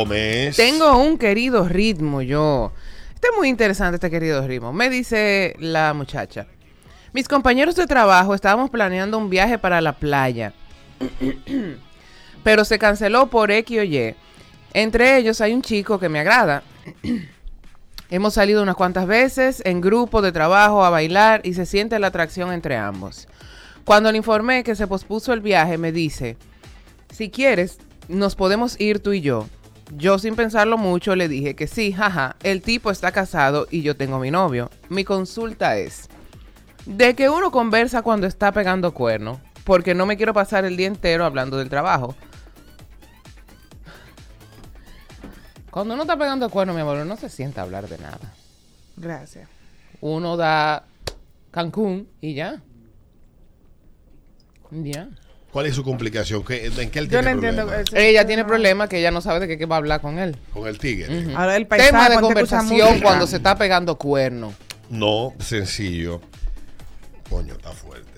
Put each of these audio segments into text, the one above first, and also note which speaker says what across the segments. Speaker 1: Gómez.
Speaker 2: Tengo un querido ritmo yo. Está muy interesante este querido ritmo. Me dice la muchacha. Mis compañeros de trabajo estábamos planeando un viaje para la playa. Pero se canceló por X o Y. Entre ellos hay un chico que me agrada. Hemos salido unas cuantas veces en grupo de trabajo a bailar y se siente la atracción entre ambos. Cuando le informé que se pospuso el viaje, me dice, si quieres, nos podemos ir tú y yo. Yo sin pensarlo mucho le dije que sí, jaja, el tipo está casado y yo tengo mi novio. Mi consulta es, de que uno conversa cuando está pegando cuerno, porque no me quiero pasar el día entero hablando del trabajo. Cuando uno está pegando cuerno, mi amor, uno no se sienta a hablar de nada.
Speaker 3: Gracias.
Speaker 2: Uno da Cancún y ya. Ya.
Speaker 1: ¿Cuál es su complicación? ¿Qué- ¿En qué él
Speaker 3: Yo
Speaker 1: tiene
Speaker 3: no entiendo.
Speaker 1: problema?
Speaker 3: ese-
Speaker 2: Ella tiene problemas que ella no sabe de qué, qué va a hablar con él.
Speaker 1: Con el tigre.
Speaker 3: Ahora el paisaje,
Speaker 2: Tema de
Speaker 3: ponte a escuchar
Speaker 2: conversación
Speaker 3: música.
Speaker 2: cuando se está pegando cuerno.
Speaker 1: No, sencillo. Coño, está fuerte.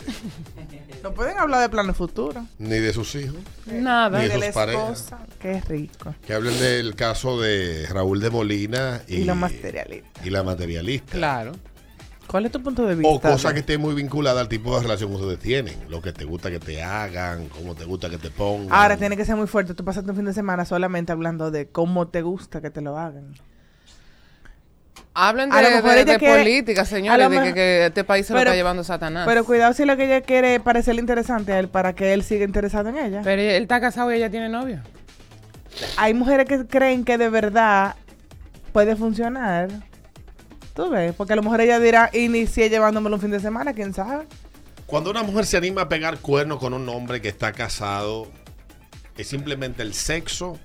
Speaker 3: No pueden hablar de planes futuros.
Speaker 1: Ni de sus hijos.
Speaker 2: Nada.
Speaker 1: Ni
Speaker 3: De
Speaker 1: sus
Speaker 3: la
Speaker 1: parejas.
Speaker 3: esposa. Qué rico.
Speaker 1: Que hablen del caso de Raúl de Molina y,
Speaker 3: Y, lo materialista.
Speaker 1: y la materialista.
Speaker 2: Claro.
Speaker 3: ¿Cuál es tu punto de vista?
Speaker 1: O cosa que esté muy vinculada al tipo de relación que ustedes tienen. Lo que te gusta que te hagan, cómo te gusta que te pongan.
Speaker 3: Ahora tiene que ser muy fuerte. Tú pasaste un fin de semana solamente hablando de cómo te gusta que te lo hagan.
Speaker 2: Hablen
Speaker 3: A
Speaker 2: de,
Speaker 3: lo mejor
Speaker 2: de-
Speaker 3: ella
Speaker 2: de
Speaker 3: quiere-
Speaker 2: política,
Speaker 3: a
Speaker 2: señores,
Speaker 3: lo
Speaker 2: de que,
Speaker 3: mejor-
Speaker 2: que este país se lo
Speaker 3: Pero-
Speaker 2: está llevando Satanás.
Speaker 3: Pero cuidado si lo que ella quiere es parecerle interesante a él para que él siga interesado en ella.
Speaker 2: Pero él está casado y ella tiene novio.
Speaker 3: Hay mujeres que creen que de verdad puede funcionar. Tú ves, porque a lo mejor ella dirá, inicié llevándomelo un fin de semana, quién sabe.
Speaker 1: Cuando una mujer se anima a pegar cuernos con un hombre que está casado, ¿es simplemente el sexo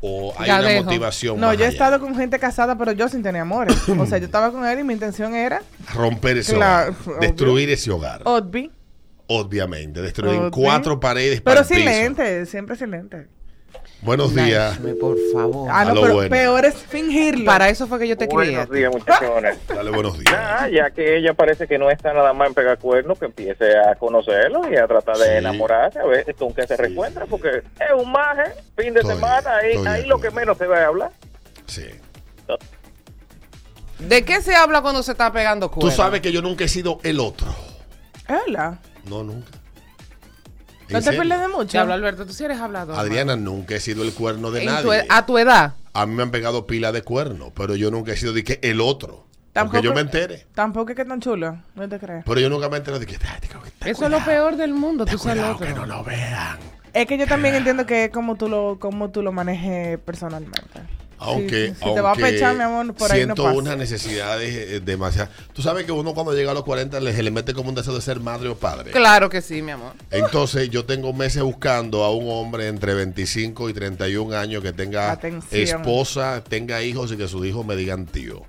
Speaker 1: o hay
Speaker 2: Ya
Speaker 1: una
Speaker 2: dejo.
Speaker 1: motivación?
Speaker 3: No,
Speaker 1: más
Speaker 3: yo he
Speaker 1: allá?
Speaker 3: estado con gente casada, pero yo sin tener amores. o sea, yo estaba con él y mi intención era,
Speaker 1: Romper ese
Speaker 3: Claro,
Speaker 1: hogar. Destruir ese hogar.
Speaker 3: obvi,
Speaker 1: Obviamente. Destruir
Speaker 3: Obvio.
Speaker 1: cuatro paredes
Speaker 3: pero
Speaker 1: el piso.
Speaker 3: silente, siempre silente.
Speaker 1: Buenos días.
Speaker 2: Lánzame, por favor.
Speaker 3: Ah,
Speaker 1: A
Speaker 3: no,
Speaker 1: lo
Speaker 3: pero
Speaker 1: bueno.
Speaker 3: peor es fingirlo.
Speaker 2: Para eso fue que yo te crié. a
Speaker 4: Buenos
Speaker 2: ti.
Speaker 4: días, muchachones.
Speaker 1: Dale buenos días.
Speaker 4: Nada, ya que ella parece que no está nada más en pegar cuernos, que empiece a conocerlo y a tratar de
Speaker 1: Sí.
Speaker 4: enamorarse, a ver con qué se reencuentra, porque es un maje, fin de
Speaker 1: Estoy-
Speaker 4: semana, ahí,
Speaker 1: estoy de
Speaker 4: ahí lo que
Speaker 1: acuerdo.
Speaker 4: menos se va a hablar.
Speaker 1: Sí.
Speaker 2: ¿De qué se habla cuando se está pegando cuerno?
Speaker 1: Tú sabes que yo nunca he sido el otro.
Speaker 3: Hola.
Speaker 1: No, nunca. ¿En
Speaker 3: No te
Speaker 1: serio?
Speaker 3: pierdes de
Speaker 2: Te
Speaker 3: mucho.
Speaker 2: habla Alberto, tú sí eres hablador.
Speaker 1: Adriana, nunca he sido el cuerno de
Speaker 2: En tu
Speaker 1: nadie.
Speaker 2: ed- a tu edad.
Speaker 1: A mí me han pegado pila de cuerno, pero yo nunca he sido de que el otro.
Speaker 3: Tampoco-
Speaker 1: Aunque yo me entere.
Speaker 3: Tampoco es que tan chulo, no te creas.
Speaker 1: Pero yo nunca me entero de que. "Ah, te- te-
Speaker 2: Eso es lo
Speaker 1: cuidado,
Speaker 2: peor del mundo,
Speaker 1: te
Speaker 2: tú sabes
Speaker 1: cuidado
Speaker 2: lo otro.
Speaker 1: que no lo vean.
Speaker 3: Es que yo también entiendo que es como tú lo, como tú lo manejes personalmente.
Speaker 1: Aunque,
Speaker 3: Si- si te va a
Speaker 1: aunque
Speaker 3: pechar, mi amor, por ahí no
Speaker 1: siento
Speaker 3: pasa.
Speaker 1: unas necesidades eh, demasiado. Tú sabes que uno cuando llega a los 40 le, se le mete como un deseo de ser madre o padre.
Speaker 2: Claro que sí, mi amor.
Speaker 1: Entonces yo tengo meses buscando a un hombre entre 25 y 31 años que tenga
Speaker 3: Atención.
Speaker 1: esposa, tenga hijos y que sus hijos me digan tío.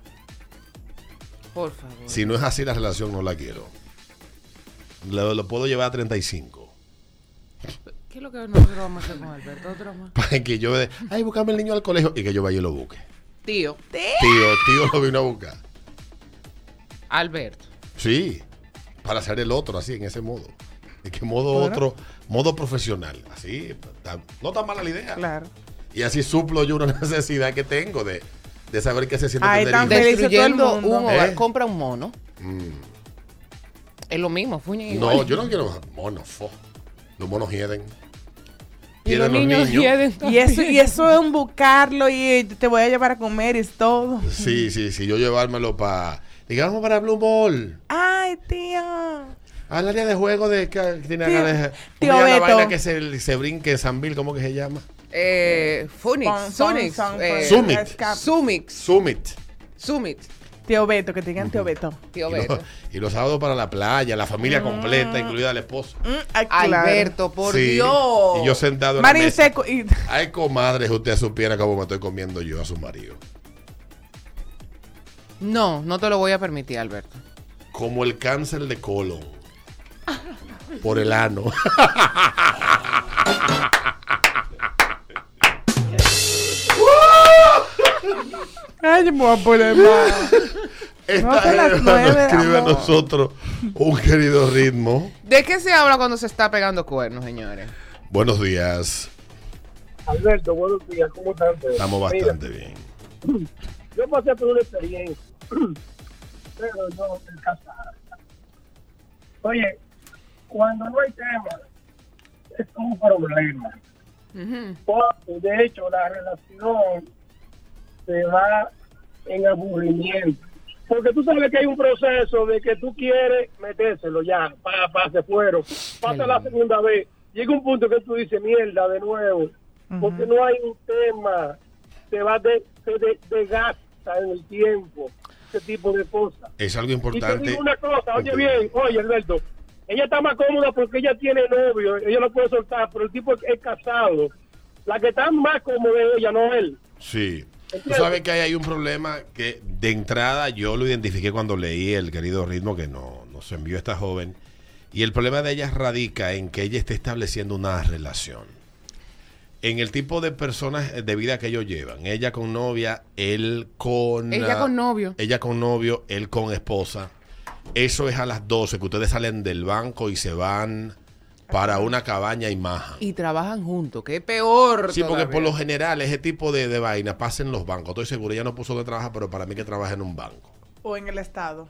Speaker 2: Por favor.
Speaker 1: Si no es así la relación no la quiero. Lo, lo puedo llevar a 35.
Speaker 2: ¿Qué es lo que nosotros vamos a hacer con Alberto? Otro más.
Speaker 1: Para que yo, de- ay, búscame el niño al colegio y que yo vaya y lo busque.
Speaker 2: Tío,
Speaker 3: ¿Eh?
Speaker 1: Tío, tío lo vino a buscar.
Speaker 2: Alberto.
Speaker 1: Sí, para ser el otro, así, en ese modo. Es que modo otro, modo profesional. Así, tan- no tan mala la idea.
Speaker 3: Claro.
Speaker 1: Y así suplo yo una necesidad que tengo de, de saber qué se siente
Speaker 3: Ay,
Speaker 1: tener
Speaker 3: tan
Speaker 1: hijos.
Speaker 3: feliz. Felice todo el
Speaker 2: Destruyendo
Speaker 3: mundo.
Speaker 2: un hogar,
Speaker 1: ¿Eh?
Speaker 2: compra un mono.
Speaker 1: Mm.
Speaker 2: Es lo mismo, fuñen igual.
Speaker 1: No, yo no quiero monos. fo. Los monos hieden.
Speaker 2: Y los
Speaker 1: Hieden
Speaker 2: niños hieden
Speaker 3: Y eso,
Speaker 2: también.
Speaker 3: y eso es un buscarlo y te voy a llevar a comer y es todo.
Speaker 1: Sí, sí, sí. Yo llevármelo para, digamos, para Blue Ball.
Speaker 3: Ay, tío.
Speaker 1: Al área de juego de... ca- Tiene
Speaker 3: Tío-
Speaker 1: una-
Speaker 3: tío
Speaker 1: una
Speaker 3: Beto.
Speaker 1: vaina que se, se brinque en San Bill, ¿cómo que se llama?
Speaker 2: Eh, Phoenix,
Speaker 3: Pon- pon-
Speaker 2: Sunix,
Speaker 3: son-
Speaker 2: eh,
Speaker 1: Zoom. Summit.
Speaker 3: escape.
Speaker 2: Sumix,
Speaker 1: Summit.
Speaker 2: Summit,
Speaker 3: Tío Beto, que te digan tío Beto.
Speaker 2: tío
Speaker 1: Y los-
Speaker 2: Alberto.
Speaker 1: Y los sábados para la playa, la familia completa, incluida la esposa.
Speaker 3: Mm, ay, claro.
Speaker 2: Alberto, por
Speaker 1: Sí,
Speaker 2: Dios.
Speaker 1: Y yo sentado en la
Speaker 3: Mari
Speaker 1: mesa.
Speaker 3: seco y-
Speaker 1: Ay, comadres, usted supiera cómo me estoy comiendo yo a su marido.
Speaker 2: No, no te lo voy a permitir, Alberto.
Speaker 1: Como el cáncer de colon. Por el ano.
Speaker 3: Ay, yo me voy a poner mal.
Speaker 1: Esta
Speaker 3: son las
Speaker 1: jeva
Speaker 3: nueve,
Speaker 1: nos escribe a
Speaker 3: amor.
Speaker 1: nosotros un querido ritmo.
Speaker 2: ¿De qué se habla cuando se está pegando cuernos, señores?
Speaker 1: Buenos días.
Speaker 5: Alberto, buenos días, ¿cómo están ustedes?
Speaker 1: Estamos
Speaker 5: Mira,
Speaker 1: bastante bien.
Speaker 5: yo pasé por una experiencia, pero no estoy casada. Oye, cuando no hay tema, es un problema.
Speaker 2: Ujú.
Speaker 5: Porque, de hecho, la relación se va en aburrimiento. Porque tú sabes que hay un proceso de que tú quieres metérselo ya, pa, pa, se fueron, pasa la segunda vez, llega un punto que tú dices mierda de nuevo, porque no hay un tema, se va de, se de- desgasta en el tiempo, ese tipo de cosas.
Speaker 1: Es algo
Speaker 5: Y te
Speaker 1: importante.
Speaker 5: digo una cosa, oye bien, oye Alberto, ella está más cómoda porque ella tiene novio, ella lo puede soltar, pero el tipo es, es casado. La que está más cómoda es ella, no él.
Speaker 1: Sí. Tú sabes que ahí hay un problema que de entrada yo lo identifiqué cuando leí el querido ritmo que no- nos envió esta joven. Y el problema de ella radica en que ella esté estableciendo una relación. En el tipo de personas de vida que ellos llevan. Ella con novia, él con... ah,
Speaker 2: Ella con novio.
Speaker 1: Ella con novio, él con esposa. Eso es a las 12 que ustedes salen del banco y se van para una cabaña y majan.
Speaker 2: Y trabajan juntos, que es peor.
Speaker 1: Sí, porque
Speaker 2: todavía.
Speaker 1: por lo general ese tipo de, de vaina pasa en los bancos. Estoy seguro, ella no puso de trabajar, pero para mí que trabaja en un banco.
Speaker 3: O en el estado.
Speaker 1: O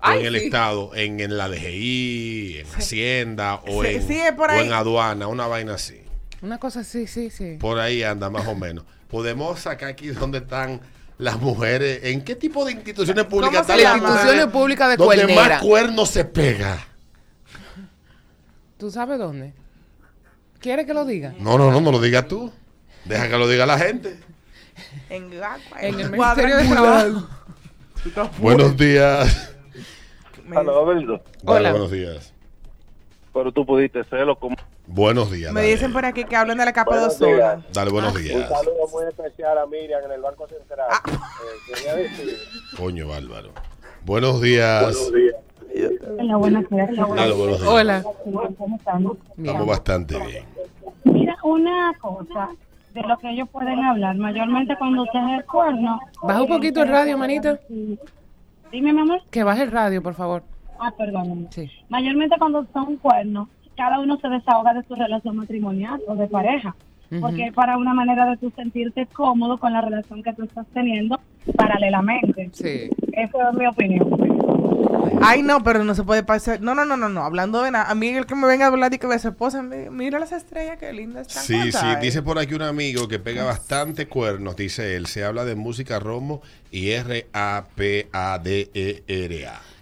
Speaker 2: Ay,
Speaker 1: en el
Speaker 2: sí.
Speaker 1: Estado, en, en la DGI, en Hacienda, o,
Speaker 3: Sí,
Speaker 1: en,
Speaker 3: sí, es por
Speaker 1: o
Speaker 3: ahí.
Speaker 1: en aduana, una vaina así.
Speaker 2: Una cosa, sí, sí, sí.
Speaker 1: Por ahí anda más o menos. Podemos sacar aquí dónde están las mujeres, en qué tipo de instituciones públicas
Speaker 3: se
Speaker 1: están las
Speaker 3: llama?
Speaker 2: Instituciones
Speaker 1: mujeres
Speaker 2: públicas de
Speaker 1: donde
Speaker 2: cuernera.
Speaker 1: más cuernos se pega.
Speaker 2: ¿Tú sabes dónde? ¿Quieres que lo diga?
Speaker 1: No, no, no, no lo digas tú. Deja que lo diga la gente.
Speaker 3: En,
Speaker 2: En el Ministerio de Trabajo.
Speaker 1: Buenos días.
Speaker 4: Alberto,
Speaker 2: Hola.
Speaker 1: Buenos días.
Speaker 4: pero tú pudiste serlo como...
Speaker 1: Buenos días.
Speaker 3: Me
Speaker 1: dale.
Speaker 3: dicen por Ah. aquí que hablan de la capa de
Speaker 5: Buenos
Speaker 3: ozono.
Speaker 1: Dale, buenos días.
Speaker 5: muy especial a Miriam en el Banco Central.
Speaker 2: Ah.
Speaker 4: Eh,
Speaker 5: quería decir.
Speaker 1: Coño, bárbaro. Buenos días.
Speaker 6: Hola, buenas tardes.
Speaker 1: Claro, buenos días.
Speaker 2: Hola.
Speaker 6: ¿Cómo están?
Speaker 2: Bien.
Speaker 1: Estamos bastante bien.
Speaker 6: Mira, una cosa de lo que ellos pueden hablar, mayormente cuando usted es el cuerno.
Speaker 2: Baja un poquito el radio, manita.
Speaker 6: Dime, mi amor.
Speaker 2: Que baje el radio, por favor.
Speaker 6: Ah, perdóname.
Speaker 2: Sí.
Speaker 6: Mayormente cuando son cuernos, cada uno se desahoga de su relación matrimonial o de pareja. Porque es para una manera de tú sentirte cómodo con la relación que tú estás teniendo paralelamente.
Speaker 2: Sí.
Speaker 6: Esa es mi opinión. pues.
Speaker 3: Ay, no, pero no se puede pasar. No, no, no, no, no. Hablando de nada. A mí el que me venga a hablar y que de su esposa, mi- mira las estrellas, qué lindas están.
Speaker 1: Sí, sí.
Speaker 3: ¿cuántas hay?
Speaker 1: Dice por aquí un amigo que pega bastante cuernos. Dice él, se habla de música romo y E R-A-P-A-D-E-R-A.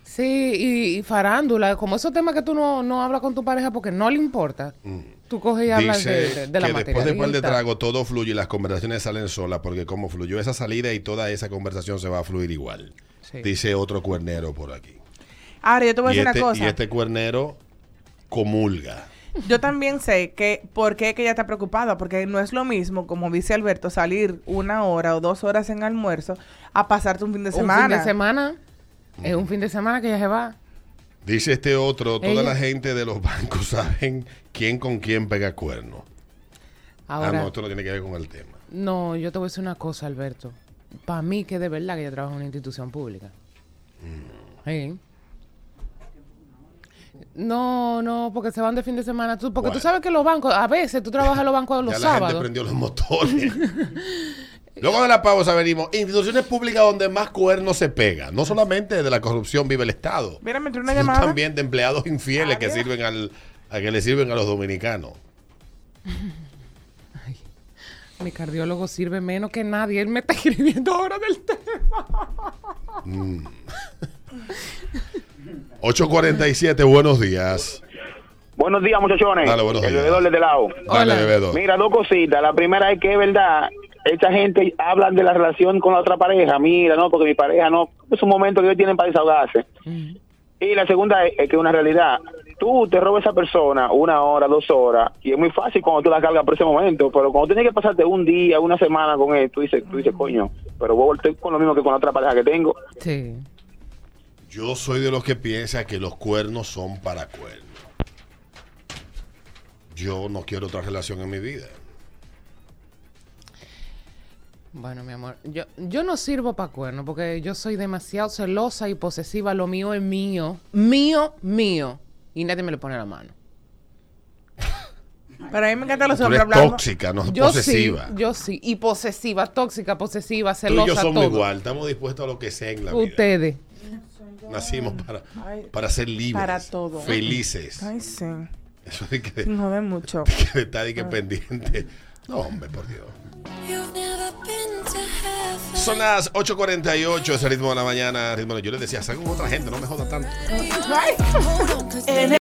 Speaker 2: Sí, y, y farándula, como esos temas que tú no, no hablas con tu pareja porque no le importa. Tú coges y hablas
Speaker 1: Dice
Speaker 2: de, de- de la
Speaker 1: que después de par de
Speaker 2: materialista.
Speaker 1: trago todo fluye y las conversaciones salen solas porque como fluyó esa salida y toda esa conversación se va a fluir igual.
Speaker 2: Sí.
Speaker 1: Dice otro cuernero por aquí.
Speaker 3: Ahora, yo te voy a
Speaker 1: Y
Speaker 3: decir
Speaker 1: este,
Speaker 3: una cosa.
Speaker 1: y este cuernero comulga.
Speaker 3: Yo también sé que por qué que ella está preocupada, porque no es lo mismo, como dice Alberto, salir una hora o dos horas en almuerzo a pasarte un fin de
Speaker 2: Un
Speaker 3: semana.
Speaker 2: fin de semana. Es un fin de semana que ya se va.
Speaker 1: Dice este otro, toda
Speaker 2: Ella-
Speaker 1: la gente de los bancos saben quién con quién pega cuerno. ah,
Speaker 2: Ahora,
Speaker 1: no,
Speaker 2: no,
Speaker 1: esto no tiene que ver con el tema.
Speaker 2: yo te voy a decir una cosa, Alberto. Para mí que de verdad que yo trabajo en una institución pública.
Speaker 1: Mm.
Speaker 2: Sí. No, no, porque se van de fin de semana. Tú, porque
Speaker 1: Bueno.
Speaker 2: tú sabes que los bancos, a veces tú trabajas en los bancos los
Speaker 1: ya la gente
Speaker 2: sábados.
Speaker 1: prendió los motores. Luego de la pausa venimos. Instituciones públicas donde más cuerno se pega. No solamente de la corrupción vive el Estado.
Speaker 3: Mira, me entró una
Speaker 1: sino
Speaker 3: llamada.
Speaker 1: también de empleados infieles que sirven al, a que le sirven a los dominicanos.
Speaker 2: Mi cardiólogo sirve menos que nadie. Él me está escribiendo ahora del tema.
Speaker 1: 847, buenos días.
Speaker 7: Buenos días, muchachones.
Speaker 1: Dale, buenos
Speaker 7: El
Speaker 1: días.
Speaker 7: bebedor desde lado.
Speaker 1: Dale,
Speaker 2: Hola.
Speaker 1: bebedor.
Speaker 7: Mira, dos cositas. La primera es que es verdad, esta gente hablan de la relación con la otra pareja. Mira, no, porque mi pareja no. Es un momento que ellos tienen para desahogarse. Y la segunda es, es que es una realidad. Tú te robas a esa persona una hora, dos horas, y es muy fácil cuando tú la cargas por ese momento, pero cuando tienes que pasarte un día, una semana con él, tú dices, tú dices coño, pero voy a volver con lo mismo que con la otra pareja que tengo.
Speaker 2: Sí.
Speaker 1: Yo soy de los que piensa que los cuernos son para cuernos. Yo no quiero otra relación en mi vida.
Speaker 2: Bueno, mi amor, yo, yo no sirvo para cuerno porque yo soy demasiado celosa y posesiva. Lo mío es mío, mío, mío. Y nadie me le pone la mano.
Speaker 3: Pero a mí me encantan los
Speaker 1: Tú eres
Speaker 3: hombres blancos.
Speaker 1: tóxica, no
Speaker 2: Yo
Speaker 1: posesiva.
Speaker 2: sí, yo sí. Y posesiva, tóxica, posesiva,
Speaker 1: Tú y yo
Speaker 2: celosa,
Speaker 1: somos
Speaker 2: todo.
Speaker 1: igual, estamos dispuestos a lo que sea en la vida.
Speaker 2: Ustedes.
Speaker 1: Nacimos para,
Speaker 3: Ay.
Speaker 1: para ser libres,
Speaker 3: Para todo.
Speaker 1: felices.
Speaker 3: Ay, sí.
Speaker 1: Eso de que,
Speaker 3: Sin joder mucho.
Speaker 1: que está de que pendiente. No, hombre, por Dios.
Speaker 8: You've never been to heaven.
Speaker 1: Son las 8.48, es el ritmo de la mañana. Ritmo, yo les decía, salgo con otra gente, no me joda tanto.
Speaker 8: Hold on, 'cause